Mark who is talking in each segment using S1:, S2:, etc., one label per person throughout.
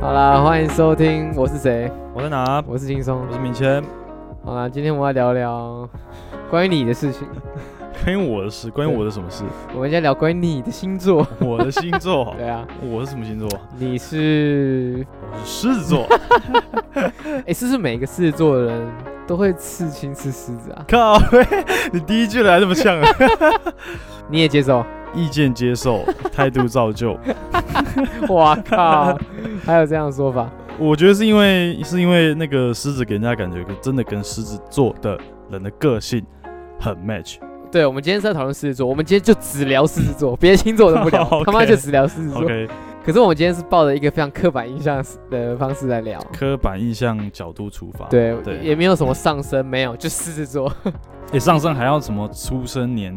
S1: 好啦，欢迎收听，我是谁？
S2: 我在哪？
S1: 我是轻松
S2: 我。是明谦。
S1: 好啦，今天我们要聊聊关于你的事情，
S2: 关于我的事，关于我的什 么事？
S1: 我们先聊关于你的星座。
S2: 我的星座，
S1: 对啊，
S2: 我是什么星座？
S1: 你是
S2: 我是狮子座。
S1: 哎、是不是每个狮子座的人都会刺青吃狮子啊？
S2: 靠背，你第一句来这么像啊！
S1: 你也接 受？
S2: 意见 接受，态度造就。
S1: 哇靠，还有这样的说法？
S2: 我觉得是因为是因为那个狮子给人家感觉真的跟狮子座的人的个性很 match。
S1: 对，我们今天是要讨论狮子座，我们今天就只聊狮子 座，别的星座都不聊
S2: OK
S1: 他妈就只聊狮子座。
S2: OK，
S1: 可是我们今天是抱着一个非常刻板印象的方式来聊，
S2: 刻板印象角度出发。，
S1: 对，
S2: 对
S1: 也没有什么上升，没有，就狮子座。
S2: 诶，上升还要什么出生年、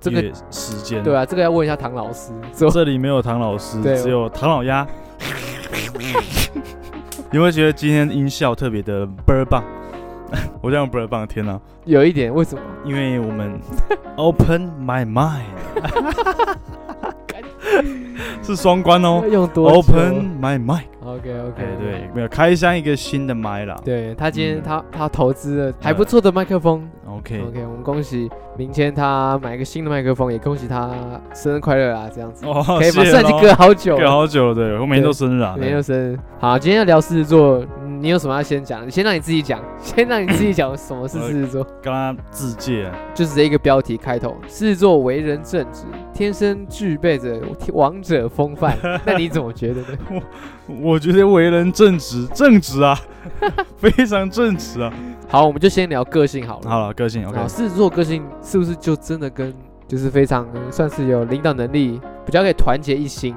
S1: 这个
S2: 月时间？
S1: 对啊，这个要问一下唐老师。做
S2: 这里没有唐老师，
S1: 对
S2: 只有唐老鸭。你会觉得今天音效特别的倍儿棒， 我这样倍儿棒，天哪、
S1: 有一点，为什么？
S2: 因为 我们 open my mind，是双关哦
S1: 要用多久啊
S2: ，open my mind，
S1: OK
S2: 哎
S1: OK，
S2: 对，没有开箱一个新的麦啦。
S1: 对，他今天
S2: 嗯
S1: 他他投资了还不错的麦克风。
S2: OK，
S1: OK，我们恭喜明天他买一个新的麦克风，也恭喜他生日快乐啊！这样子
S2: 哦，
S1: 可以吗？
S2: 谢
S1: 虽
S2: 咯
S1: 然已经隔好久
S2: 隔
S1: 了，
S2: 好久了，对我每天都生日啊，
S1: 没有生日。好，今天要聊狮子座，嗯你有什么要先讲？的？先让你自己讲，先让你自己讲什么是狮子座，
S2: 跟他致敬啊，
S1: 就直接一个标题开头：狮子座为人正直，天生具备着王者风 范。那你怎么觉得呢？
S2: 我觉得为人正直，正 直啊，非常正直啊。
S1: 好，我们就先聊个性好了。
S2: 好了，个性
S1: 然
S2: OK
S1: 后。狮子座个性是不是就真的跟就是非常算是有领导能力，比较可以团结一心？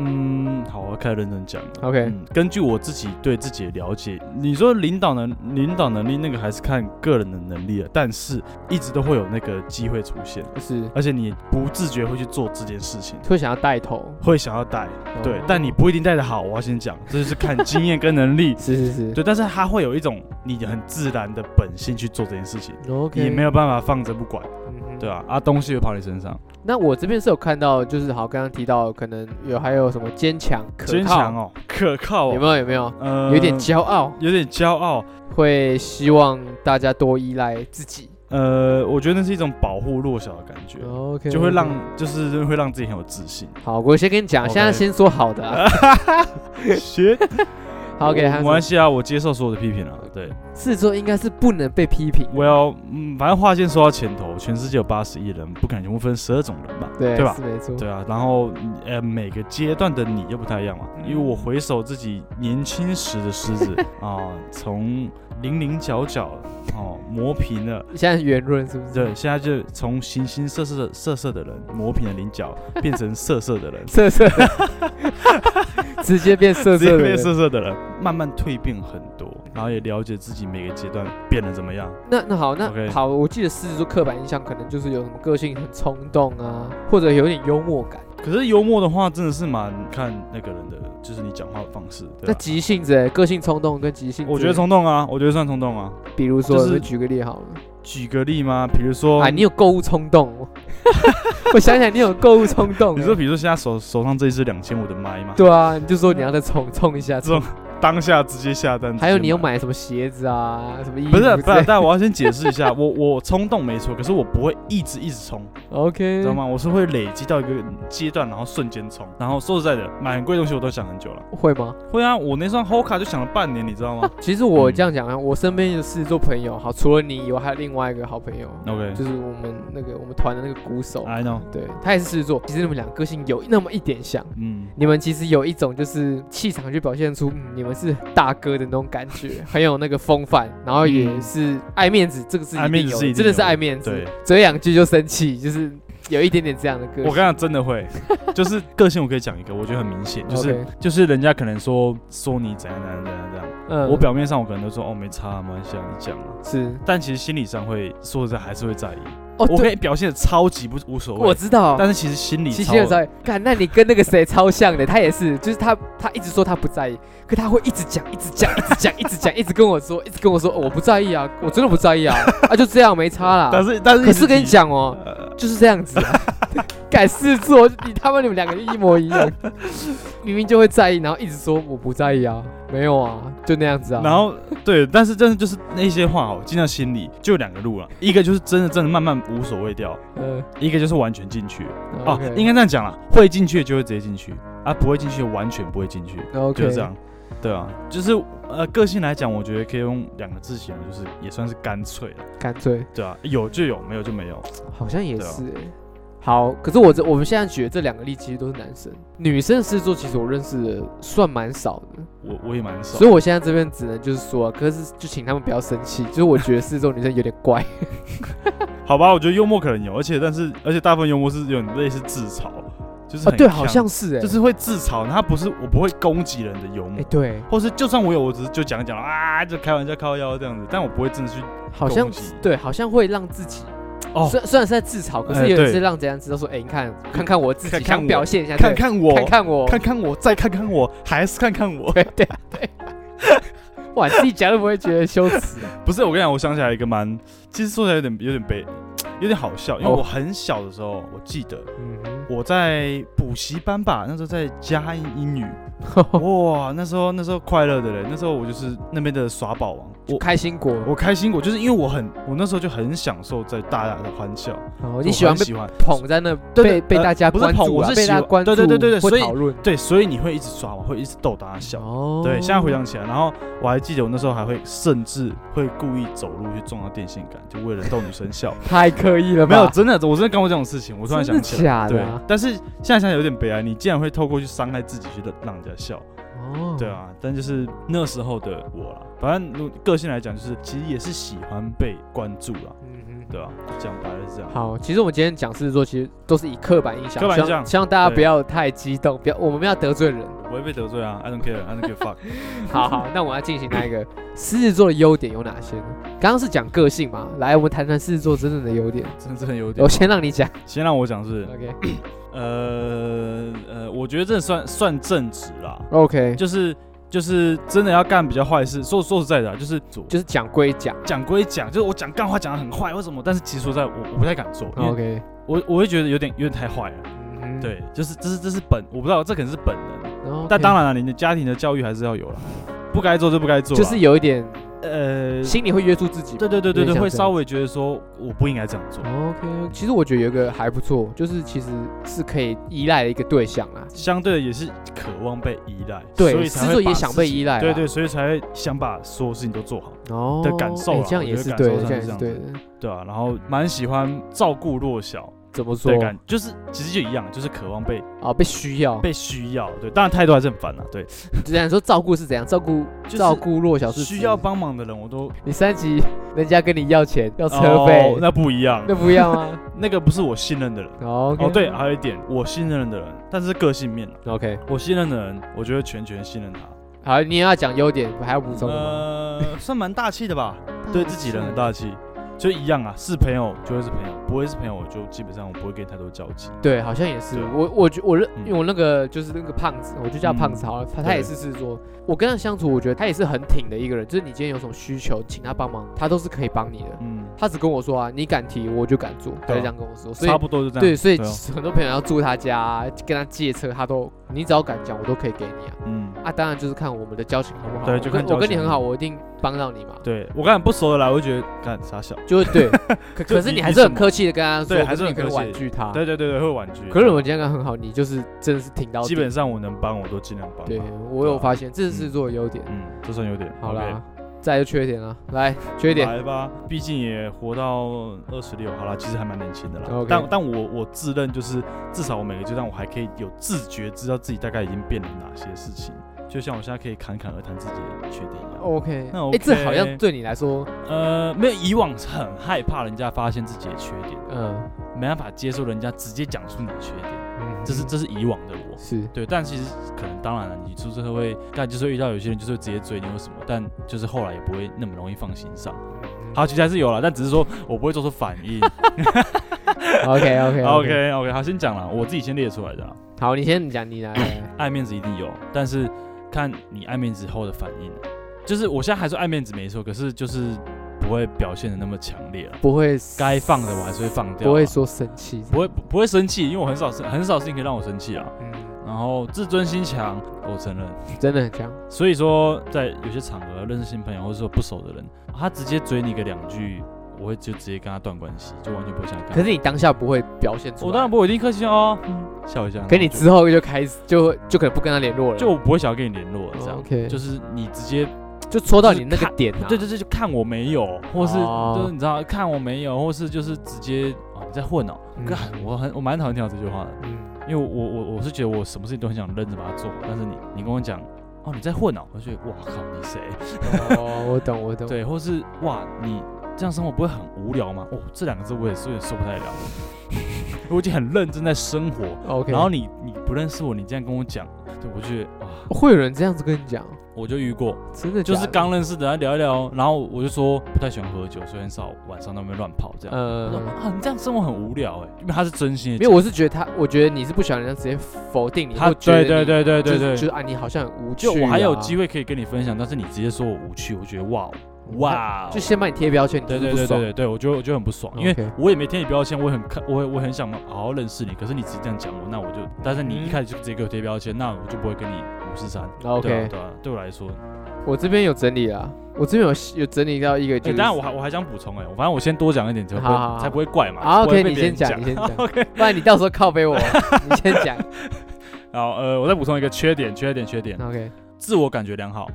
S2: 嗯，好，我要开始认真讲了。
S1: OK
S2: 嗯，根据我自己对自己的了解，你说领导能领导能力那个还是看个人的能力了，但是一直都会有那个机会出现，
S1: 就是
S2: 而且你不自觉会去做这件事情，
S1: 会想要带头。
S2: 会想要带，
S1: 哦
S2: 对，但你不一定带的好。我要先讲，这就是看经验跟能 力，
S1: 是是是，
S2: 对，但是他会有一种你很自然的本性去做这件事情，
S1: ，OK，
S2: 你没有办法放着不管，
S1: 嗯哼
S2: 对啊，啊，东西会跑你身上，
S1: 那我这边是有看到，就是好，刚刚提到可能有还有什么坚强、可靠
S2: 坚强哦，可靠
S1: 有
S2: 哦，
S1: 没有有没有？
S2: 呃
S1: 有点骄傲，
S2: 有点骄傲。
S1: 会希望大家多依赖自己。
S2: 呃，我觉得那是一种保护弱小的感觉，
S1: OK，
S2: 嗯就会让就是会让自己很有自 信。
S1: 好，我先跟你讲，
S2: OK
S1: 现在先说好的 啊。
S2: 学
S1: 好，OK，还
S2: 没
S1: 有什么
S2: 关系啊，我接受所有的批评啊。对，
S1: 狮子座应该是不能被批评的。
S2: 我要嗯，反正话先说到前头，全世界有八十亿人，不可能全部分十二种人吧？
S1: 对
S2: 对吧
S1: 是？没错。
S2: 对啊，然后嗯呃，每个阶段的你又不太一样嘛。因为我回首自己年轻时的狮 子啊，从零零角角哦磨平了。
S1: 现在圆润是不是？
S2: 对，现在就从形形色色的色色的人磨平了 棱角，变成色色的人，
S1: 色 色的，直接变色色
S2: 直接
S1: 的
S2: 变
S1: 人。
S2: 色色的人，慢慢蜕变很多，然后也了解自己每个阶段变得怎么样。
S1: 那那好，那
S2: OK
S1: 好，我记得狮子座刻板印象可能就是有什么个性很冲动啊，或者有点幽默感。
S2: 可是幽默的话，真的是蛮看那个人的，就是你讲话的方式。对
S1: 那
S2: 吧
S1: 急性子、欸，个性冲动跟急性子，
S2: 啊我觉得冲动啊，我觉得算冲动啊。
S1: 比如说，
S2: 就
S1: 我
S2: 是
S1: 们举个例好了，
S2: 举个例吗？比如说，
S1: 啊，你有购物冲动 哦，我想想，你有购物冲动欸，
S2: 你说，比如说现在手手上这一支两千五的麦吗？，
S1: 对啊，你就说你要再冲冲一下，
S2: 这种
S1: 冲
S2: 当下直接下单。
S1: 还有你有
S2: 有？
S1: 买什么鞋子啊，什么衣服
S2: 不
S1: 之类
S2: 是
S1: 的？
S2: 不是，但我要先解释一下，我我冲动没错，可是我不会一直一直冲，
S1: ，OK，
S2: 知道吗？我是会累积到一个阶段，然后瞬间冲。然后说实在的，买很贵的东西我都想很久了。
S1: 会吗？
S2: 会啊，我那双 Hoka 就想了半年，你知道吗
S1: 其实我
S2: 嗯
S1: 这样讲啊，我身边的狮子座朋友，好，除了你以外，还有另外一个好朋友，
S2: ？OK，I
S1: 就是我们那个我们团的那个鼓手，
S2: know，
S1: 对他也是狮子座。其实你们俩个性有那么一点像，
S2: 嗯，
S1: 你们其实有一种就是气场就表现出、嗯、你们是大哥的那种感 觉，很有那个风范，然后也
S2: 嗯
S1: 是爱面子，这个是一
S2: 爱面
S1: 定
S2: 子
S1: 有
S2: 是一
S1: 的，
S2: 定
S1: 真的是
S2: 有的
S1: 爱面子
S2: 对，
S1: 嘴两句就生气，就是有一点点这样的个
S2: 我
S1: 性。
S2: 刚刚真的会，就是个性我可以讲一个，我觉得很明显，就是
S1: OK
S2: 就是人家可能说说你怎样怎样怎样怎样，
S1: 嗯
S2: 我表面上我可能都说哦没差，没关系啊，你讲嘛，
S1: 是
S2: 但其实心理上会说实在还是会在意，
S1: 哦，
S2: 我可
S1: 对，
S2: 以表现的超级不无所
S1: 我
S2: 谓，
S1: 知道。
S2: 但是其实心里
S1: 七
S2: 超
S1: 七的时候，看，那你跟那个谁超像的，他也是，就是他，他一直说他不在意，可他会一直讲，一直讲，一直讲，一直讲，一直跟我说，一直跟我说，哦我不在意啊，我真的不在意啊，啊就这样没差啦。
S2: 但是但是
S1: 可是跟你
S2: 一直提，
S1: 讲哦，
S2: 呃
S1: 就是这样子啊、 敢试做，你他妈你们两个就一模一样， 明明就会在意，然后一直说我不在意啊，没有啊，就那样子啊。
S2: 然后对，但是真的就是那些话哦，进到心里就有两个路了，啊一个就是真的真的慢慢无所谓掉，
S1: 呃，
S2: 一个就是完全进去。哦
S1: OK，
S2: 应该这样讲啦，会进去的就会直接进去，啊，不会进去的完全不会进去，
S1: OK
S2: 就是这样。对啊，就是呃，个性来讲，我觉得可以用两个字形容，就是也算是干脆了。
S1: 干脆
S2: 对啊，有就有，没有就没有。
S1: 好像也
S2: 对啊
S1: 是、欸。好，可是我这我们现在举的这两个例其实都是男生，女生狮子座其实我认识的算蛮少的，
S2: 我我也蛮少
S1: 所，以我现在这边只能就是说、啊可是就请他们不要生气，就是我觉得狮子座女生有点 怪，
S2: 好吧，我觉得幽默可能有，而且但是而且大部分幽默是有点类似自嘲，就是
S1: 哦
S2: 很，
S1: 对，好
S2: 呛
S1: 像是哎、欸，
S2: 就是会自嘲，他不是我不会攻击人的幽
S1: 哎、
S2: 默，
S1: 对，
S2: 或是就算我有，我只是就讲讲啊，就开玩笑靠腰这样子，但我不会真的去
S1: 好像
S2: 攻击
S1: 对，好像会让自己
S2: 哦
S1: 虽虽然是在自嘲，可是
S2: 哎
S1: 也
S2: 对
S1: 是让别人知道说，哎、你看，看看我自己，
S2: 看看
S1: 想
S2: 我
S1: 表现一下，
S2: 看
S1: 对
S2: 看我，
S1: 看看我，
S2: 看看我，再看看我， 还是看看 我。
S1: 对对对， 哇，自己讲都不会觉得羞 耻，
S2: 不是，我跟你讲，我想起来一个蛮，其实说起来有点有点悲，有点好笑，因为
S1: 哦
S2: 我很小的时候，我记得
S1: 嗯
S2: 我在补习班吧，那时候在嘉义英语，哦
S1: 哼，
S2: 哇，那时候那时候快乐的人，那时候我就是那边的耍宝王，我
S1: 开心果，
S2: 我开心过，就是因为我很，我那时候就很享受在大家的欢笑，
S1: 哦
S2: 我
S1: 你喜欢
S2: 很
S1: 被
S2: 喜欢
S1: 捧在那，
S2: 对
S1: 被
S2: 对
S1: 被
S2: 呃
S1: 大家
S2: 不是
S1: 关
S2: 捧
S1: 注
S2: 我
S1: 啊，
S2: 是
S1: 被
S2: 喜
S1: 大家
S2: 欢
S1: 关注，
S2: 对对对对对
S1: 会
S2: 所以
S1: 讨论，
S2: 对，所以你会一直耍我，会一直逗大家笑。
S1: 哦
S2: 对，现在回想起来，然后我还记得我那时候还会，甚至会故意走路去撞到电线杆，就为了逗女生笑。
S1: 太刻意了吧，
S2: 没有，真的，我真的干过这种事情，我突然想起
S1: 真的
S2: 来。
S1: 假
S2: 对
S1: 的啊，
S2: 但是现在想起来有点悲哀，你竟然会透过去伤害自己去让人家笑，
S1: 哦，
S2: 对，啊。但就是那时候的我啦，反正如个性来讲，就是其实也是喜欢被关注啦，
S1: 嗯哼。
S2: 对啊，讲白了是这样。
S1: 好，其实我们今天讲狮子座，其实都是以刻板印象，
S2: 刻板印象
S1: 希望希望大家
S2: 对
S1: 不要太激动，不要我们不要得罪 人。
S2: 我不会被得罪啊，I don't care，I don't give a fuck。
S1: 好好，那我要进行那一个狮子座的优点有哪些呢？刚刚是讲个性嘛，来，我们谈谈狮子座真正的优点。
S2: 真的真的有点
S1: 我。先让你讲
S2: 先让我讲是，
S1: ，OK
S2: 呃呃，我觉得这算算正直啦，
S1: OK，就
S2: 就是就是真的要干比较坏事。说说实在的啊、就是
S1: 就是讲归讲
S2: 讲归讲，就是我讲干话讲的很坏，为什么？但是其实说实在我我不太敢做，因为
S1: 哦，OK，
S2: 我我会觉得有点有点太坏了。
S1: 嗯哼，
S2: 对，就是这是这是本，我不知道这可能是本能，
S1: 然后
S2: 但当
S1: 然
S2: 然了，你的家庭的教育还是要有了，不该做就不该做啦，啊
S1: 就是有一点
S2: 呃，
S1: 心里会约束自己。
S2: 对对对对
S1: 有点像
S2: 对，会
S1: 这样嗯
S2: 稍微觉得说我不应该这样做。
S1: OK，其实我觉得有一个还不错，就是其实是可以依赖的一个对象啊。
S2: 相对的也是渴望被依赖，
S1: 对
S2: 所以
S1: 狮
S2: 才
S1: 子
S2: 会
S1: 座也
S2: 把
S1: 想
S2: 事
S1: 被
S2: 情
S1: 依赖啊啦
S2: 对对，所以才会想把所有事情都做好，
S1: 哦
S2: 的感受
S1: 哎
S2: 啦
S1: 这样也
S2: 我觉
S1: 是
S2: 得
S1: 对的，
S2: 感
S1: 这
S2: 受
S1: 样
S2: 上
S1: 也
S2: 是
S1: 是
S2: 这
S1: 对
S2: 样
S1: 的。
S2: 对啊，然后蛮喜欢照顾弱小
S1: 怎么说
S2: 的感，就是其实就一样，就是渴望被
S1: 啊？被需要，
S2: 被需要，对，当然态度还是很烦啊，对，
S1: 虽然说照顾是怎样照顾，
S2: 就是
S1: 照顾弱小是
S2: 需
S1: 指
S2: 要帮忙的人我都
S1: 你三级，人家跟你要钱要车费
S2: 哦，那不一样，
S1: 那不要 吗？
S2: 那个不是我信任的人。
S1: 哦
S2: 哦，对，还有一点，我信任的人，但是个性面啊
S1: ，OK，
S2: 我信任的人，我就会全权信任他，
S1: 好，你也要讲优点，还要补充的吗？
S2: 呃，算蛮大气的 吧，呃对自己人很大气，就一样啊，是朋友就会是朋友，不会是朋友我就基本上我不会跟你太多交集。
S1: 对，好像也是
S2: 对啊
S1: 我，我觉我认，
S2: 嗯
S1: 因为我那个就是那个胖子，我就叫胖子好了，他他也是是说，我跟他相处，我觉得他也是很挺的一个人，就是你今天有什么需求，请他帮忙，他都是可以帮你的。
S2: 嗯，
S1: 他只跟我说啊，你敢提我就敢做，他
S2: 对啊
S1: 就这样跟我说，所以
S2: 差不多就这样。
S1: 对，所以
S2: 啊
S1: 很多朋友要住他家，跟他借车，他都你只要敢讲，我都可以给你啊。
S2: 嗯，
S1: 啊，当然就是看我们的交情好不好。
S2: 对
S1: 我
S2: 就
S1: 跟
S2: 看交情
S1: 我跟你很好，我一定帮到你嘛。
S2: 对我刚才不熟的来，我就觉得干傻笑。
S1: 就会对，可
S2: 就
S1: 可是
S2: 你
S1: 你
S2: 你
S1: 还是
S2: 怎
S1: 很
S2: 么
S1: 客气的跟他说，
S2: 对
S1: 可
S2: 还是
S1: 你
S2: 很
S1: 可能
S2: 客气
S1: 婉拒他。
S2: 对对对对，会婉拒。
S1: 啊可是我们今天刚刚很好，你就是真的是挺到底
S2: 基本上我能帮我都尽量帮。
S1: 对我有发现，这是
S2: 嗯
S1: 狮子座的优点。
S2: 嗯，这算有点。
S1: 好
S2: OK，
S1: 啦，再来就缺点啦，来缺点。
S2: 来吧，毕竟也活到二十六，好啦，其实还蛮年轻的啦。
S1: OK
S2: 但但我我自认就是，至少我每个阶段我还可以有自觉，知道自己大概已经变了哪些事情。就像我现在可以侃侃而谈自己的缺点一样。
S1: OK，
S2: 那
S1: 哎，
S2: OK
S1: 这好像对你来说，
S2: 呃，没有以往很害怕人家发现自己的缺点，
S1: 嗯
S2: 没办法接受人家直接讲出你的缺点，
S1: 嗯，
S2: 这是这是以往的我。
S1: 是
S2: 对，但其实可能当然了，你出社会干就是会遇到有些人就是会直接追你或什么，但就是后来也不会那么容易放心上。嗯好，其实还是有了，但只是说我不会做出反应。
S1: OK OK
S2: OK OK，好，先讲了，我自己先列出来的啦。
S1: 好，你先讲你来。来 来
S2: 爱面子一定有，但是看你爱面子后的反应，就是我现在还说爱面子没错，可是就是不不会表现的那么强烈了。
S1: 不会
S2: 该放的我还是会放掉啊，
S1: 不会说生气，
S2: 不会不会生气，因为我很少生很少事情可以让我生气啊。
S1: 嗯，
S2: 然后自尊心强，我承认。
S1: 真的很强，
S2: 所以说，在有些场合认识新朋友或者说不熟的人，他直接追你个两句，我会就直接跟他断关系，就完全不会想干。
S1: 可是你当下不会表现出来，
S2: 我当然不，我一定客气哦，笑一下。
S1: 可你
S2: 知
S1: 之后就开始就就可能不跟他联络了，
S2: 就我不会想要跟你联络，这样。
S1: OK，就啊
S2: 就是你直接
S1: 就戳到你
S2: 就是
S1: 那个
S2: 看
S1: 点啊，
S2: 对对对，就看我没有，或是
S1: 哦
S2: 就是你知道看我没有，或是就是直接哦你在混哦，
S1: 嗯
S2: 干我很我蛮讨厌听到这句话的，
S1: 嗯，
S2: 因为我我我是觉得我什么事情都很想认真把它做好，但是你你跟我讲哦你在混哦，我就觉得哇靠你谁？
S1: 哦，我懂我懂，
S2: 对，或是哇你这样生活不会很无聊吗？哦这两个字我也是有点受不太了， 我已经很认真在生活，
S1: ，OK，
S2: 然后你你不认识我，你这样跟我讲，对我就觉得哇
S1: 会有人这样子跟你讲，
S2: 我就遇过，
S1: 真的
S2: 就是
S1: 假的
S2: 刚认识的，然后聊一聊，然后我就说不太喜欢喝酒，所以很少晚上在那边乱跑这样。他说
S1: 呃。
S2: 啊，你这样生活很无聊哎，因为他是真心的
S1: 没
S2: 讲，
S1: 有，我是觉得他，我觉得你是不喜欢人家直接否定你，
S2: 他
S1: 或觉得
S2: 对
S1: 你
S2: 对对对对
S1: 就是
S2: 对，
S1: 就是啊，你好像很无趣、
S2: 就
S1: 啊，
S2: 我还有机会可以跟你分享，但是你直接说我无趣，我觉得哇哦哇，
S1: 就先把你贴标签，你
S2: 对
S1: 就是
S2: 对
S1: 不
S2: 对对
S1: 爽
S2: 对对，我觉得我觉得很不爽，因为
S1: OK
S2: 我也没贴你标签，我也很看，我也我也很想好好认识你，可是你直接这样讲我，哦那我就，但是你一
S1: 嗯
S2: 开始就直接给我贴标签，那我就不会跟你五四三。
S1: OK，
S2: 对啊对啊，对我来说，
S1: 我这边有整理啦，我这边有有整理到一个就
S2: 哎，
S1: 是，
S2: 当然我还我还想补充哎，我反正我先多讲一点，才不
S1: 好好好
S2: 会才不会怪嘛。
S1: 好
S2: 不会
S1: ，OK，
S2: 被
S1: 你
S2: 别人
S1: 先讲，你先讲，
S2: OK，
S1: 不然你到时候靠背 我，你先讲
S2: 然后呃，我再补充一个缺点，缺点，缺点，
S1: ，OK，OK，、
S2: 自我感觉良好，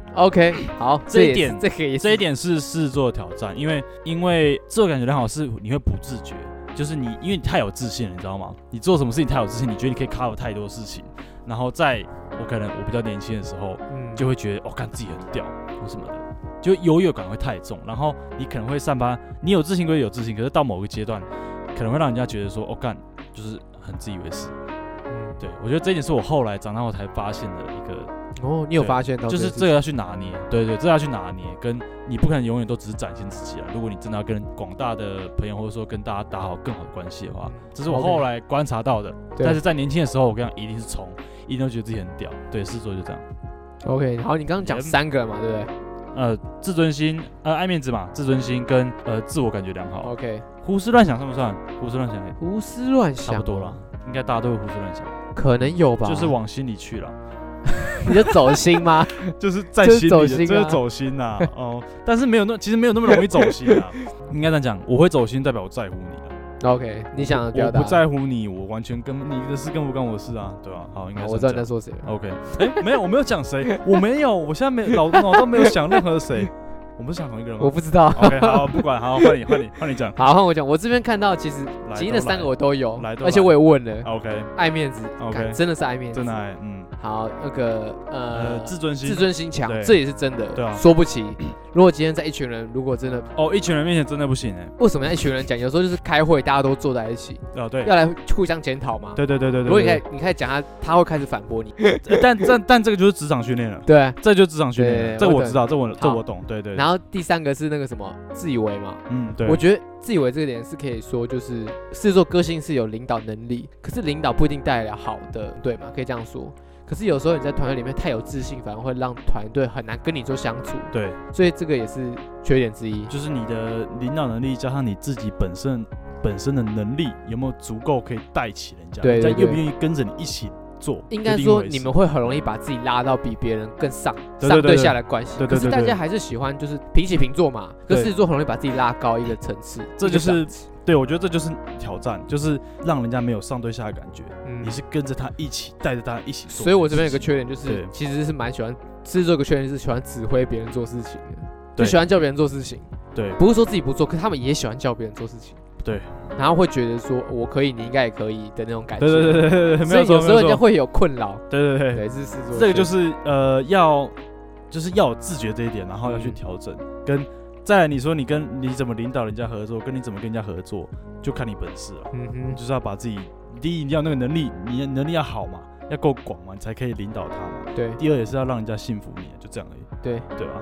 S1: 好，
S2: 这一
S1: 也是
S2: 点
S1: 这个也是
S2: 这一，点是狮子座的挑战，因为因为自我感觉良好是你会不自觉，就是你因为你太有自信了，你知道吗？你做什么事情太有自信，你觉得你可以 cover 太多事情，然后在我可能我比较年轻的时候，
S1: 嗯，
S2: 就会觉得哦，看自己很屌或什么的，就优越感会太重，然后你可能会散发，你有自信归有自信，可是到某个阶段，可能会让人家觉得说哦，干就是很自以为是。
S1: 嗯
S2: 对我觉得这一点是我后来长大后才发现的一个
S1: 哦，你有
S2: 对
S1: 发现到
S2: 就是
S1: 件
S2: 这个
S1: 事
S2: 要去拿捏，对对，这个要去拿捏，跟你不可能永远都只是展现自己啊。如果你真的要跟广大的朋友或者说跟大家打好更好的关系的话，这是我
S1: OK
S2: 后来观察到的。
S1: 对
S2: 但是在年轻的时候，我跟你讲，一定是冲，一定都觉得自己很屌。对，狮子座就这样。
S1: 情？OK，好，你刚刚讲
S2: 人
S1: 三个嘛，对不对
S2: 呃，自尊心，呃，爱面子嘛，自尊心跟呃自我感觉良好。
S1: ？OK，
S2: 胡思乱想算不算？胡思乱想也
S1: 胡思乱想，哦
S2: 差不多了，，应该大家都会胡思乱想，
S1: 可能有吧，
S2: 就是往心里去了，
S1: 你就走心 吗？
S2: 就是在
S1: 就是走心啊
S2: 就是走心呐、哦，但是没有那其实没有那么容易走心 啊。应该这样讲，我会走心代表我在乎你啊。
S1: OK，你想表
S2: 我
S1: 达？
S2: 不在乎你，我完全跟你的事跟不关我的事啊，对吧、好，应该
S1: 好，
S2: 是
S1: 我知
S2: 这
S1: 道
S2: 样
S1: 你在说谁了。
S2: OK，哎、没有，我没有讲谁，我没有，我现 在没脑脑中没有想任何谁，我们是想同一个人
S1: 我
S2: 吗
S1: 不知道。
S2: ？OK，好，不管，好，换你，换你，换你讲。
S1: 好，换我讲。我这边看到，其实
S2: 来
S1: 其实
S2: 都
S1: 那三个我都有
S2: 来，都
S1: 而且
S2: 来
S1: 我也问了，
S2: OK，
S1: 爱面子
S2: OK
S1: 干真的是爱面子。
S2: 真的爱，嗯，
S1: 好，那个
S2: 呃，
S1: 呃，
S2: 自尊心，
S1: 自尊心强，
S2: 对
S1: 这也是真
S2: 对啊
S1: 的，说不起。如果今天在一群人，如果真的，
S2: 哦，一群人面前真的不行哎，
S1: 为什么要一群人讲？有时候就是开会，大家都坐在一起，
S2: 哦，对，
S1: 要来互相检讨嘛。
S2: 对对对对
S1: 如果
S2: 对
S1: 你开
S2: 对
S1: 始你开始讲他，他会开始反驳你。
S2: 对，但但但这个就是职场训练了，
S1: 对。
S2: 这就是职场训练
S1: 对
S2: 了，这
S1: 我
S2: 我
S1: 懂
S2: 知道，这我这
S1: 好
S2: 我懂，对对，
S1: 然后第三个是那个什么自以为嘛，
S2: 嗯，对，
S1: 我觉得自以为这个点是可以说，就是狮子座个性是有领导能力，可是领导不一定带来好的，对吗？可以这样说。可是有时候你在团队里面太有自信，反而会让团队很难跟你做相处，
S2: 对，
S1: 所以这个也是缺点之一。
S2: 就是你的领导能力加上你自己本身本身的能力有没有足够可以带起人家，
S1: 对对
S2: 人家愿不
S1: 对
S2: 愿意跟着你一起做，
S1: 应该
S2: 是另一
S1: 说
S2: 回
S1: 你
S2: 事
S1: 们会很容易把自己拉到比别人更上上
S2: 对对对对
S1: 对下的关系，
S2: 对对
S1: 可是
S2: 对
S1: 大
S2: 对
S1: 家还是喜欢就是平起平坐嘛，可
S2: 对
S1: 是狮子座很容易把自己拉高一个层次，
S2: 这
S1: 一
S2: 就
S1: 个
S2: 是
S1: 档次
S2: 对我觉得这就是挑战，就是让人家没有上对下的感觉，
S1: 嗯
S2: 你是跟着他一起带着他一起做，
S1: 所以我这边有个缺点就
S2: 对
S1: 是，其实是蛮喜欢狮子座有个缺点是喜欢指挥别人做事情的，就
S2: 对
S1: 喜欢叫别人做事情。
S2: 对
S1: 不是说自己不做，可他们也喜欢叫别人做事情。
S2: 对，
S1: 然后会觉得说我可以，你应该也可以的那种感觉。
S2: 对对对对对对，没
S1: 所
S2: 有
S1: 以
S2: 错
S1: 有
S2: 没
S1: 时候
S2: 有
S1: 人家
S2: 错，
S1: 会有困扰。
S2: 对对对
S1: 对，是是做
S2: 这个就是呃要就是要有自觉这一点，然后要去
S1: 嗯
S2: 调整。跟再来你说你跟你怎么领导人家合作，跟你怎么跟人家合作，就看你本事了。
S1: 嗯哼
S2: 你，就是要把自己第一你要有那个能力，你的能力要好嘛，要够广嘛，你才可以领导他嘛。
S1: 对
S2: 第二也是要让人家信服你，就这样而已，
S1: 对。
S2: 对吧？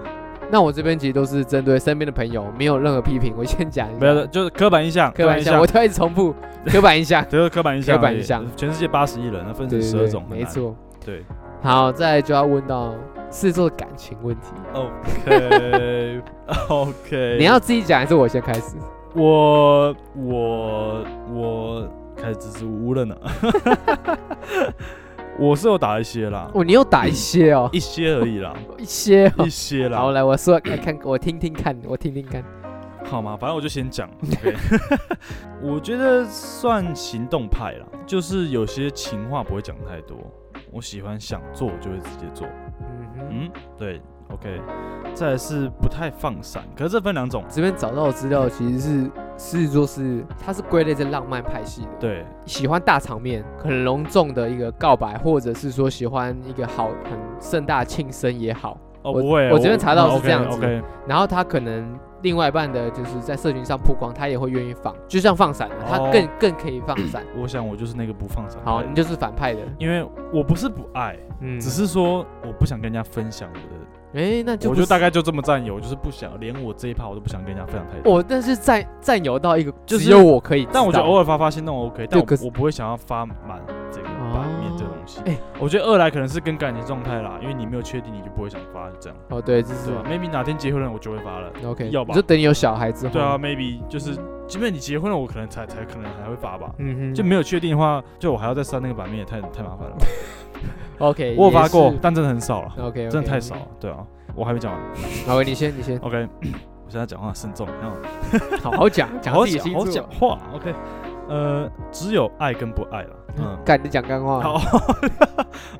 S1: 那我这边其实都是针对身边的朋友，没有任何批评。我先讲一下，
S2: 不要就是刻板印象，
S1: 啊刻板印象，我都要一直重 复刻板印象。
S2: 对，就是刻板印象而已，
S1: 刻板印象
S2: 全世界八十亿人，那分
S1: 对
S2: 成
S1: 对
S2: 十二
S1: 对
S2: 种，很
S1: 没
S2: 难，
S1: 错。
S2: 对，
S1: 好，再来就要问到狮子座的感情问题。
S2: OK OK，
S1: 你要自己讲还是我先开始？
S2: 我我我开始支支吾吾了呢。 我是有打一些啦，
S1: 哦，你又打一些哦，
S2: 一些而 已啦，
S1: 一些哦
S2: 一。些啦。
S1: 好，来，我说来看，我听听看，我听听看。
S2: 好嘛，反正我就先讲。OK 我觉得算行动派啦，就是有些情话不会讲太多。我喜欢想做，我就会直接做。
S1: 嗯哼，
S2: 嗯，对，OK。再来是不太放闪，可是这分两种。
S1: 这边找到的资料其实是狮子座是，它是归类在浪漫派系的。
S2: 对，
S1: 喜欢大场面、很隆重的一个告白，或者是说喜欢一个好很盛大的庆生也好。
S2: 哦，
S1: 我
S2: 不会，
S1: 我这边查到是这样子
S2: OK，
S1: 然后他可能另外一半的就是在社群上曝光，他也会愿意放，就像放闪，啊他
S2: 哦
S1: 更更可以放闪。
S2: 我想我就是那个不放闪。
S1: 好，你，就是反派的，
S2: 因为我不是不爱，
S1: 嗯，
S2: 只是说我不想跟人家分享我的，
S1: 哎，那就
S2: 我
S1: 不
S2: 就是大概就这么占有，就是不想，连我这一趴我都不想跟人家分享太多。
S1: 我，但是占占有到一个
S2: 就是
S1: 只有我可以知道，
S2: 但我觉得偶尔发发现那种 OK，但我
S1: 可是
S2: 我不会想要发满这个
S1: 哦
S2: 版面这个东西。
S1: 哎
S2: 我觉得二来可能是跟感情状态啦，因为你没有确定，你就不会想发，就这样，
S1: 哦，对，嗯这是
S2: 对吧？Maybe 哪天结婚了，我就会发了。
S1: OK，
S2: 要吧
S1: 你就等你有小孩之后，
S2: 对啊，，Maybe 就是，即便你结婚了，我可能才才可能还会发吧。
S1: 嗯哼，
S2: 就没有确定的话，就我还要再删那个版面，也太太麻烦了吧。
S1: OK，
S2: 我有发过
S1: 也，是
S2: 但真的很少了，
S1: ，OK，
S2: 真的太少。了。对啊，我还没讲完。
S1: 好，你先，你先，
S2: OK，我现在讲话慎重，然后
S1: 好好讲，讲
S2: 好
S1: 自己
S2: 讲
S1: 星
S2: 好
S1: 座
S2: 讲，话。OK，呃，只有爱跟不爱了。嗯，
S1: 干你讲干话，
S2: 好，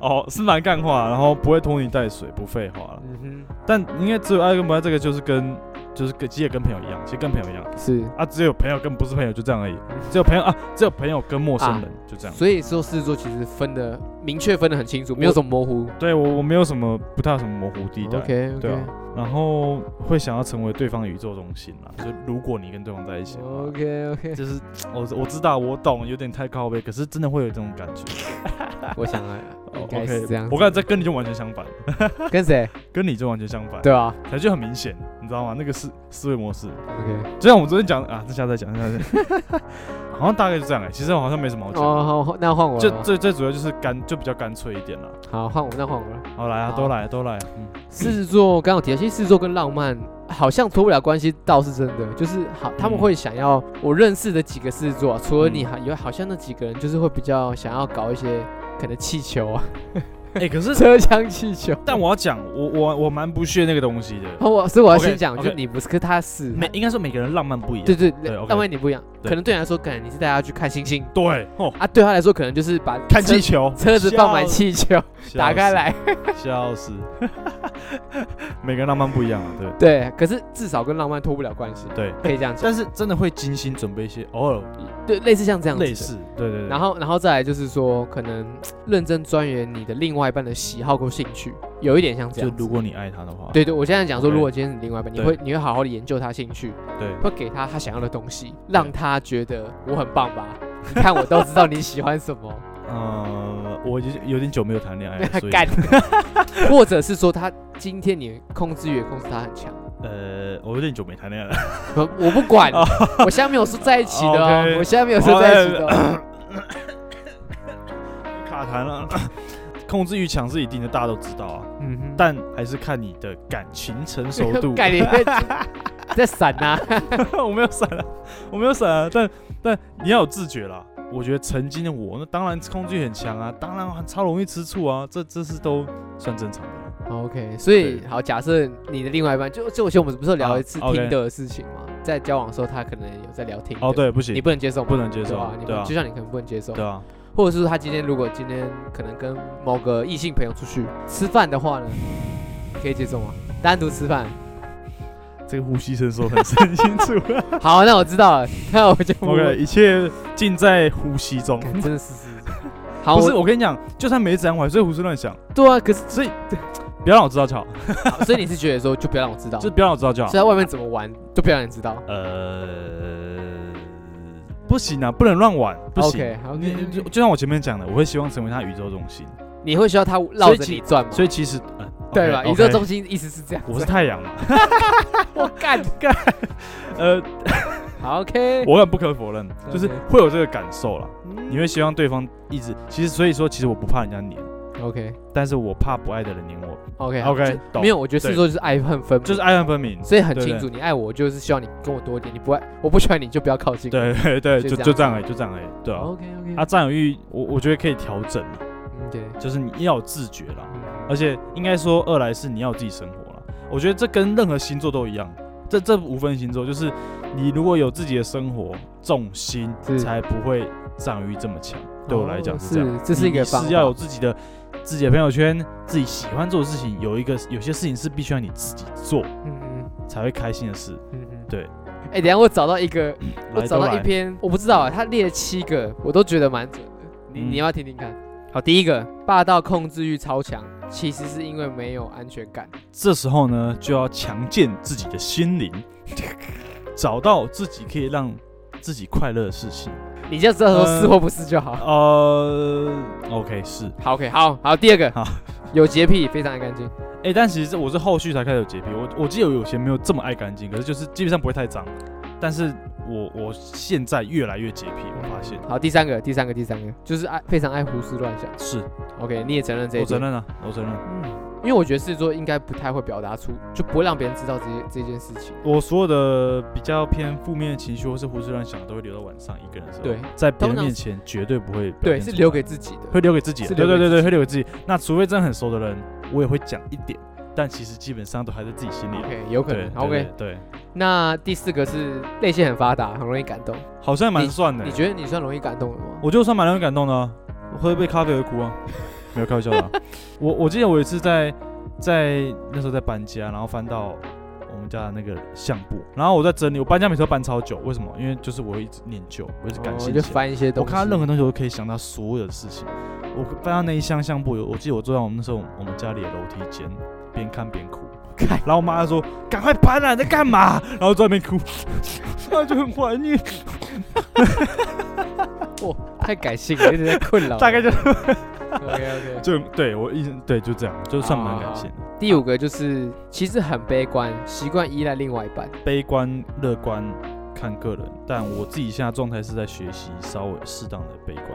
S2: 哦，是蛮干话，然后不会拖泥带水，不废话了。
S1: 嗯
S2: 但应该只有爱跟不爱这个，就是跟就是跟其实也跟朋友一样，其实跟朋友一样
S1: 哼，是。
S2: 啊，只有朋友跟不是朋友就这样而已，只有朋友啊，只有朋友跟陌生人、就这
S1: 啊
S2: 样。
S1: 所以说狮子座其实分的明确分的很清楚，没有什么模糊。
S2: 对我我没有什么不太有什么模糊地带。
S1: OK
S2: 对
S1: OK
S2: 啊，然后会想要成为对方宇宙中心啦，就是如果你跟对方在一起的话
S1: OK OK，
S2: 就是我我知道我懂，有点太靠背，可是真的会有这种感觉。
S1: 我想啊，
S2: 哦
S1: 应该是
S2: OK，
S1: 这样子。
S2: 我刚才在跟你就完全相反，
S1: 跟谁？
S2: 跟你就完全相反。
S1: 对啊
S2: 才就很明显，你知道吗？那个思思维模式，
S1: ，OK。
S2: 就像我昨天讲的啊，这下再讲，下再讲，好像大概就这样哎、其实我好像没什么好讲的。
S1: 哦，好，那换我
S2: 就
S1: 了。
S2: 最最主要就是干，就比较干脆一点啦。
S1: 好，换我，那换我了。
S2: 好来啊，
S1: 好
S2: 都来啊都来啊，嗯，
S1: 狮子座刚刚有提到，其实狮子座跟浪漫好像脱不了关系，倒是真的。就是好，他们
S2: 嗯
S1: 会想要我认识的几个狮子座啊，除了你，
S2: 嗯
S1: 还有好像那几个人就是会比较想要搞一些可能气球啊，
S2: 哎、可是
S1: 车厢气球。
S2: 但我要讲，我我我蛮不屑那个东西的。
S1: 好我所以我要
S2: OK，
S1: 先讲，就
S2: OK
S1: 你不是，可是他是
S2: 每应该说每个人浪漫不一样。
S1: 对对，
S2: 对
S1: 浪
S2: ，OK
S1: 浪漫你不一样，
S2: 对
S1: 可能对你来说，可能你是带他去看星星
S2: 对哦，
S1: 啊，对他来说，可能就是把
S2: 看
S1: 车
S2: 气球，
S1: 车子放满
S2: 笑
S1: 气球，
S2: 死
S1: 打开，来。
S2: 笑死， 每个人浪漫不一样啊，对
S1: 对，可是至少跟浪漫脱不了关系，
S2: 对。
S1: 可以这样讲。
S2: 但是真的会精心准备一些，偶尔
S1: 对，类似像这样子的
S2: 类。似，对对对。
S1: 然后，然后再来就是说，可能认真钻研你的另外一半的喜好跟兴趣，有一点像这
S2: 就
S1: 样子
S2: 如。果你爱他的话，
S1: 对对，我现在讲说，
S2: 对
S1: 如果今天是另外一半，你
S2: 对
S1: 会你会好好的研究他兴趣，
S2: 对，
S1: 会给他他想要的东西，让他觉得我很棒吧？你看我都知道你喜欢什 么。
S2: 呃，我已经有点久没有谈恋 爱了，哎所以
S1: 干，或者是说他今天你控制欲也控制他很强，
S2: 呃，我有点久没谈恋爱了。
S1: 我我不管
S2: 哦，
S1: 我现在没有说在一起的哦
S2: OK，
S1: 我现在没有说在一起的哦，
S2: 卡痰了， 控制欲强是一定的，大家都知道啊，
S1: 嗯哼，
S2: 但还是看你的感情成熟 度。
S1: 概念在闪啊呐，
S2: 我没有闪啊，我没有闪啊，但但你要有自觉啦。我觉得曾经的我，那当然控制欲很强啊，当然很超容易吃醋啊，这这是都算正常的啦。
S1: OK，所以
S2: 对
S1: 好，假设你的另外一半，就就我前我们不是有聊一次
S2: 啊，OK
S1: 听的事情嘛，在交往的时候，他可能有在聊听
S2: 哦，，对，不行
S1: 你，不能接受嘛，
S2: 不能接
S1: 对
S2: 受
S1: 吧？你，不
S2: 对啊
S1: 就，像你可能不能接受，
S2: 对啊，
S1: 或者是他今天如果今天可能跟某个异性朋友出去吃饭的话呢，你可以接受吗？单独吃饭，
S2: 这个呼吸声说很很清楚。
S1: 好，那我知道了， 那我就不
S2: OK，一切尽在呼吸中。
S1: 干 真的是 是，是好，
S2: 不是，
S1: 我
S2: 我跟你讲，就算没怎样，我还是会胡思乱想，
S1: 对啊，可是
S2: 所以不要让我知道就好，
S1: 好啊所以你是觉得说就不要让我知道，
S2: 就是
S1: 所
S2: 不要让我知道就好
S1: 以。在外面怎么玩都不要让你知道。
S2: 呃，不行啊，不能乱玩，不行。
S1: OK，好，
S2: 你就就像我前面讲的，我会希望成为他宇宙中心，
S1: 你会需要他绕着你转嘛？
S2: 所以其实，呃、
S1: 对
S2: OK，
S1: 吧？
S2: OK，
S1: 宇宙中心意思是这样。
S2: 我是太阳嘛，
S1: 我干干，
S2: 呃，
S1: 好 OK，
S2: 我很不可否认，就是
S1: OK
S2: 会有这个感受啦。
S1: 嗯
S2: 你会希望对方一直，其实所以说，其实我不怕人家黏，
S1: OK
S2: 但是我怕不爱的人黏我，
S1: OK
S2: OK，
S1: 就
S2: 懂
S1: 没有，我觉得狮
S2: 对
S1: 子座就是爱恨分明，
S2: 就是爱恨分明。
S1: 所以很
S2: 对
S1: 清
S2: 对
S1: 楚，你爱我就是希望你跟我多一点，你不爱我不喜欢你就不要靠近。
S2: 对对对，
S1: 就
S2: 就
S1: 这样哦
S2: 就这样而已，就这样而已，对啊。
S1: ，OK OK
S2: 啊，占有欲，我我觉得可以调整啊，
S1: 嗯对，
S2: 就是你要有自觉啦，
S1: 嗯
S2: 而且应该说，二来是你要有自己生活啦。我觉得这跟任何星座都一样，这这无分星座，就是你如果有自己的生活重心，
S1: 是
S2: 才不会占有欲这么强。对我来讲
S1: 哦
S2: 是这样，
S1: 是这是一
S2: 你
S1: 个
S2: 你
S1: 方
S2: 是要
S1: 法
S2: 有自己的自己的朋友圈，自己喜欢做的事情，有一个有些事情是必须要你自己做
S1: 嗯嗯
S2: 才会开心的事。
S1: 嗯嗯，
S2: 对。
S1: 哎，等一下我找到一个，我
S2: 来
S1: 找
S2: 都
S1: 到一
S2: 来
S1: 篇，我不知道啊，他列了七个，我都觉得蛮准的。你
S2: 嗯
S1: 你要不要听听看。好，第一个，霸道控制欲超强，其实是因为没有安全感。
S2: 这时候呢，就要强健自己的心 灵，找到自己可以让自己快乐的事情。
S1: 你就知道说
S2: 呃
S1: 是或不是就好。
S2: 呃，OK，是，
S1: 好，OK，好好，第二个
S2: 好，
S1: 有洁癖，非常的干净。
S2: 哎、但其实这我是后续才开始有洁癖，我我记得我有些没有这么爱干净，可是就是基本上不会太脏，但是我我现在越来越洁癖，我发现
S1: 好，第三个，第三个，第三个，就是爱非常爱胡思乱想。
S2: 是
S1: OK，你也承认这一
S2: 我
S1: 点
S2: 承。认啊，我承认，
S1: 嗯，因为我觉得狮子座应该不太会表达出，就不会让别人知道这些这件事情。
S2: 我所有的比较偏负面的情绪或是胡思乱想都会留到晚上一个人的时候，
S1: 对，
S2: 在别
S1: 通
S2: 人
S1: 常
S2: 面前绝对不会表
S1: 对，
S2: 现
S1: 是
S2: 出
S1: 留
S2: 来
S1: 给自己的。
S2: 会留给自己，
S1: 是
S2: 对
S1: 留
S2: 对
S1: 给
S2: 对
S1: 自己
S2: 对，会留给自己。那除非真的很熟的人，我也会讲一点，但其实基本上都还在自己心里啊。
S1: OK，有可
S2: 对
S1: 能。
S2: 对
S1: OK，
S2: 对对，
S1: 那第四个是内心很发达，很容易感动。
S2: 好像蛮算的
S1: 你。觉得你算容易感动的吗？
S2: 我就算蛮让人感动的啊，我喝一杯咖啡会哭 啊，没有开玩笑的啊。我我记得我有一次在在那时候在搬家，然后翻到我们家的那个相簿，然后我在整理，我搬家每次都搬超久，为什么？因为就是我会一直念旧，我一直感
S1: 哦
S2: 性
S1: 就
S2: 钱。
S1: 翻一些东
S2: 我
S1: 西。
S2: 看到任何东西，我都可以想到所有的事情。我翻到那一箱相簿，有我记得我坐在我们那时候我们家里的楼梯间，边看边哭。
S1: 看
S2: 然后我妈就说：“赶快搬啊，你在干嘛？”然后在那边哭， 她就很怀念，
S1: 哇， 太感性了，一直在困 扰我。
S2: 大概就
S1: OK OK。
S2: 就对我印对就这样，就算蛮感性的。
S1: 第五个就是其实很悲观，习惯依赖另外一半。
S2: 悲观、乐观看个人，但我自己现在状态是在学习稍微适当的悲观。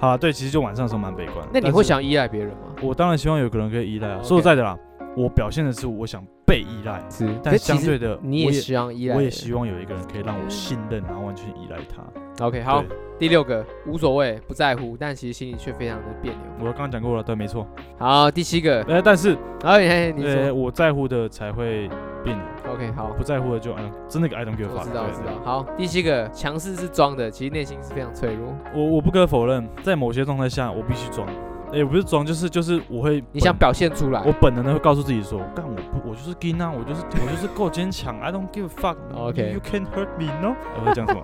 S2: 好啦，对，其实就晚上的时候蛮悲观的。
S1: 那你
S2: 但
S1: 会
S2: 是
S1: 想依赖别人吗？
S2: 我当然希望有个人可以依赖啊。
S1: OK
S2: 说实在的啦，我表现的是我想被依赖。
S1: 是，可
S2: 但
S1: 是其
S2: 相对
S1: 实
S2: 的，
S1: 你
S2: 我
S1: 也希望依赖。
S2: 我也希。望有一个人可以让我信任，然后完全依赖他。
S1: OK，好哎
S2: 对，，
S1: 第六个无所谓，不在乎，但其实心里却非常的别扭。
S2: 我刚刚讲过了，对，没错。
S1: 好，第七个，
S2: 呃，但是
S1: 然后哎你你
S2: 呃，
S1: 说
S2: 我在乎的才会变，
S1: OK，好，
S2: 不在乎的就嗯，真的个 I don't give a
S1: 我
S2: fuck。
S1: 知道，我
S2: 对
S1: 知
S2: 对
S1: 道。好，第七个，强势是装的，其实内心是非常脆弱。
S2: 我我不可否认，在某些状态下，我必须装。哎也不是装，就是就是我会
S1: 你想
S2: 本
S1: 表现出来
S2: 我本能的会告诉自己说，干我不，我就是 g i n 啊，我就是我就是够坚强，I don't give a fuck。
S1: OK
S2: you can hurt me no。我会讲什么？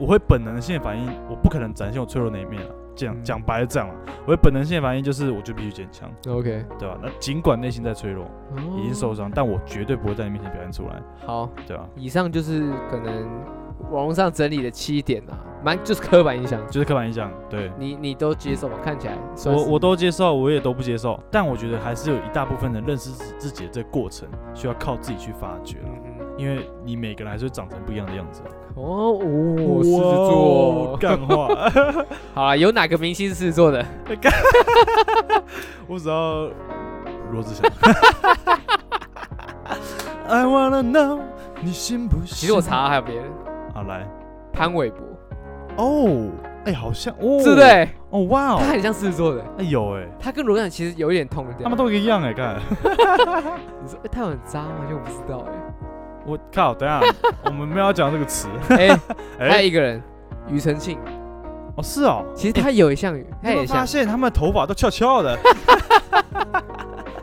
S2: 我会本能的性反应，我不可能展现我脆弱那一面啊。
S1: 嗯
S2: 讲讲白了这样啊，我会本能性反应就是我就必须坚强，
S1: ，OK，哦
S2: 对吧、那尽管内心在脆弱，
S1: 嗯
S2: 已经受伤，但我绝对不会在你面前表现出来，
S1: 好，
S2: 对吧、
S1: 以上就是可能网络上整理的七点啊，蛮就是刻板印象，
S2: 就是刻板印象，对
S1: 你你都接受吗？看起来算
S2: 我
S1: 是
S2: 我都接受，我也都不接受，但我觉得还是有一大部分的认识自自己的这个过程需要靠自己去发掘啊，
S1: 嗯嗯
S2: 因为你每个人还是会长成不一样的样子啊。
S1: 哦哦，狮子座，
S2: 哦干话，
S1: 好啊，有哪个明星是狮子座的？
S2: 我只要罗志祥。I wanna know，你信不信？
S1: 其实我查了还有别人，
S2: 好来
S1: 潘玮柏，
S2: 哦，哎，好像哦，
S1: 对不？对？
S2: 哦哇
S1: 他
S2: 哦，
S1: 很像狮子座的，
S2: 哎有哎，
S1: 他跟罗志祥其实有一点痛的地方。
S2: 他们都一个样哎，看
S1: 你说、欸、他有很渣吗？就我不知 道哎、
S2: 我靠，等一下 我们没有要讲这个词，
S1: 欸。 哎、还有
S2: 哎，
S1: 一个人，庾澄庆，
S2: 哦是哦，
S1: 其实他有一项，他
S2: 你有没
S1: 也
S2: 有
S1: 像
S2: 发现他们的头发都翘 翘的，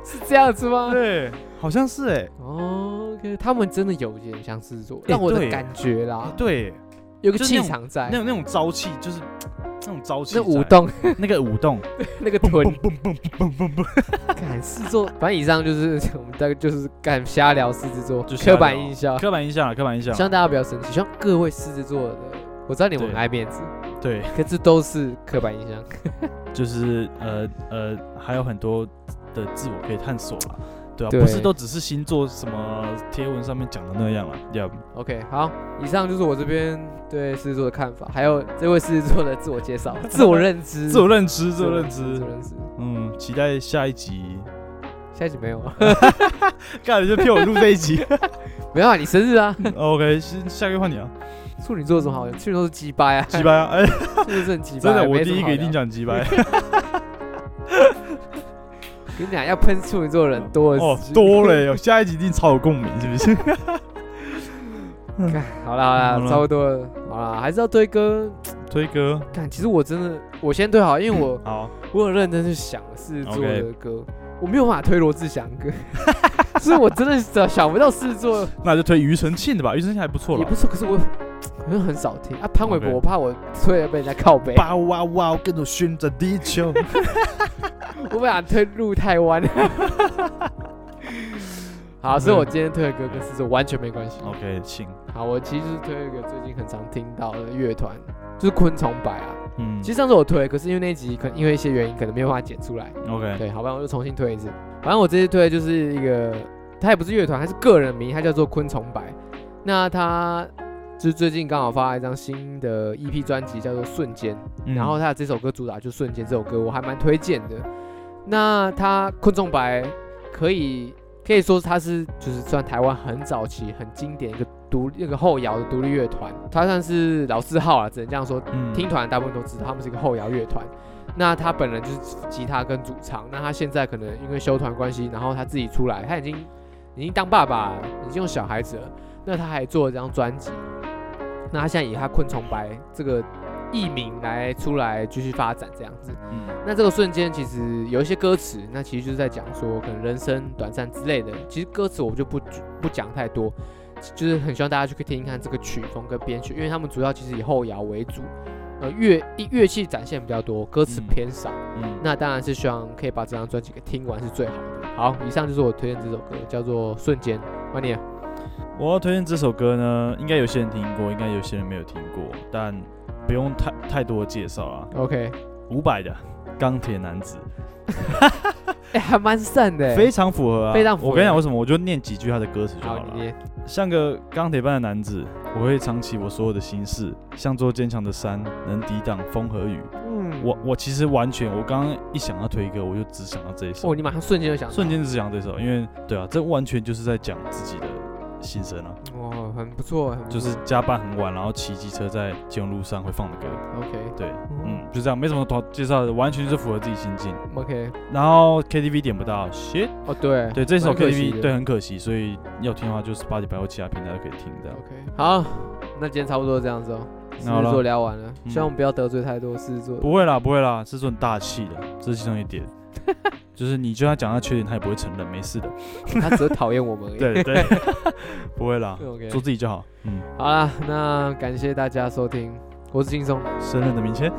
S1: 是这样子吗？
S2: 对，好像是哎，
S1: 哦，OK，他们真的有一点像狮子座，
S2: 欸
S1: 让我的
S2: 对
S1: 感觉啦，
S2: 哎，对，
S1: 有个
S2: 就是那
S1: 气
S2: 种
S1: 场在
S2: 那，种那种朝气就是。那种朝气
S1: 那
S2: 在，
S1: 舞 动，
S2: 那个舞 动，
S1: 那个臀，
S2: 蹦蹦蹦蹦
S1: 啊
S2: 蹦，
S1: 感狮子座，反正以上就是 我们大概就是干瞎聊狮子座，
S2: 就瞎
S1: 刻板
S2: 聊
S1: 印象，
S2: 刻板印象啊，刻板印象
S1: 希。望大家不要生气，希望各位狮子座的，我知道你们很
S2: 对
S1: 爱面子，
S2: 对，
S1: 可这都是刻板印象。
S2: 就是呃呃，还有很多的自我可以探索啦。对啊，
S1: 对
S2: 不是都只是星座什么贴文上面讲的那样啊。要
S1: OK，好，以上就是我这边对狮子座的看法，还有这位狮子座的自我介绍、自我认知、
S2: 自我认知，自我认
S1: 自
S2: 知
S1: 我，认知。
S2: 嗯，期待下一集。
S1: 下一集没有啊？
S2: 干，你就骗我录这一集 哦
S1: 没有啊，你生日啊？
S2: ？OK，下下个月换你啊，
S1: 处女座有什么好？处女座是鸡掰啊，
S2: 鸡，掰啊！哎，
S1: 处女座很鸡掰。
S2: 真的，我
S1: 没什么
S2: 第一
S1: 好
S2: 个一定
S1: 聊。
S2: 讲 鸡掰。
S1: 跟你讲，要喷处女座的人多了
S2: 哦
S1: 是，
S2: 多嘞，有下一集一定超有共鸣，是不是？
S1: 好啦好
S2: 好
S1: 啦，
S2: 啦
S1: 差不多了，好啦，还是要推歌。
S2: 推歌，
S1: 看，其实我真的，我先推好，因为 我
S2: 好，
S1: 我很认真去想狮子座
S2: OK
S1: 的歌，我没有办法推罗志祥歌， 所以我真的想想不到狮子座，
S2: 那就推庾澄庆的吧，庾澄庆还不错
S1: 也
S2: 了
S1: 不。是，可是我好像很少听啊。潘玮柏，
S2: OK
S1: 我怕我推了被人家靠背，
S2: 哇哇哇，跟着旋转地球。
S1: 我不想推入台湾。 好，所以
S2: 嗯
S1: 我今天推的歌跟狮子座完全没关系。
S2: OK，请，
S1: 好，我其实是推一个最近很常听到的乐团，就是昆虫白啊。
S2: 嗯，
S1: 其
S2: 实
S1: 实上次我推，可是因为那一集可能因为一些原因，可能没有办法剪出来。
S2: OK，
S1: 对，好吧，我就重新推一次。反正我这次推的就是一个，他也不是乐团，他是个人名，他叫做昆虫白。那他就是最近刚好发了一张新的 EP 专辑，叫做《瞬间》，
S2: 嗯
S1: 然后他的这首歌主打就是《瞬间》这首歌，我还蛮推荐的。那他昆虫白可以可以说他是就是算台湾很早期很经典一个独一个后摇的独立乐团，他算是老字号了，只能这样说。
S2: 嗯
S1: 听团大部分都知道，他们是一个后摇乐团。那他本人就是吉他跟主唱，那他现在可能因为修团关系，然后他自己出来，他已经已经当爸爸了，已经有小孩子了。那他还做了这张专辑，那他现在以他昆虫白这个艺名来出来继续发展这样子。
S2: 嗯
S1: 那这个瞬间其实有一些歌词，那其实就是在讲说可能人生短暂之类的。其实歌词我就不不讲太多，就是很希望大家去听一看这个曲风跟编曲，因为他们主要其实以后摇为主，呃乐乐器展现比较多，歌词
S2: 嗯
S1: 偏少。
S2: 嗯，
S1: 那当然是希望可以把这张专辑给听完是最好的。好，以上就是我推荐这首歌，叫做《瞬间》。欢迎，
S2: 我要推荐这首歌呢，应该有些人听过，应该有些人没有听过，但不用太太多的介绍啊。
S1: OK，
S2: 伍佰的《钢铁男子
S1: 哎、还蛮善的、》
S2: 非常符合啊，
S1: 非常符合
S2: 我跟你讲为什么，我就念几句他的歌词就好
S1: 好，
S2: 了
S1: 你。念
S2: 像个钢铁般的男子，我会藏起我所有的心事，像座坚强的山，能抵挡风和雨。
S1: 嗯，
S2: 我我其实完全，我刚刚一想要推歌，我就只想到这一首，
S1: 哦，你马上瞬间就想到
S2: 瞬间只想到这首，因为对啊，这完全就是在讲自己的心声啊，
S1: 哦，很不错，很不错
S2: 就是加班很晚，然后骑机车在金融路上会放的歌，
S1: OK
S2: 对，
S1: 嗯
S2: 嗯，就这样，没什么多介绍的，完全就是符合自己心境。
S1: OK，
S2: 然后 KTV 点不到，shit，
S1: 哦对
S2: 对，这首
S1: 蛮可惜
S2: KTV
S1: 的
S2: 对很可惜，所以要听的话就是八点半或其他平台都可以听这样。
S1: OK，好，那今天差不多这样子哦。狮
S2: 好
S1: 子
S2: 了
S1: 座聊完了，
S2: 嗯
S1: 希望我们不要得罪太多狮子座。
S2: 不会啦，不会啦，这是很大气的，这是其中 一点。就是你就算讲他缺点，他也不会承认，没 事的。
S1: 他只是讨厌我们而已。
S2: 对对，不会啦，
S1: ，OK，
S2: 做自己就好。嗯，
S1: 好啦，那感谢大家收听，我是轻松。
S2: 胜任的明天，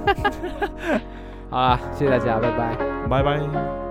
S1: 好啦，谢谢大家，拜拜。
S2: 拜拜。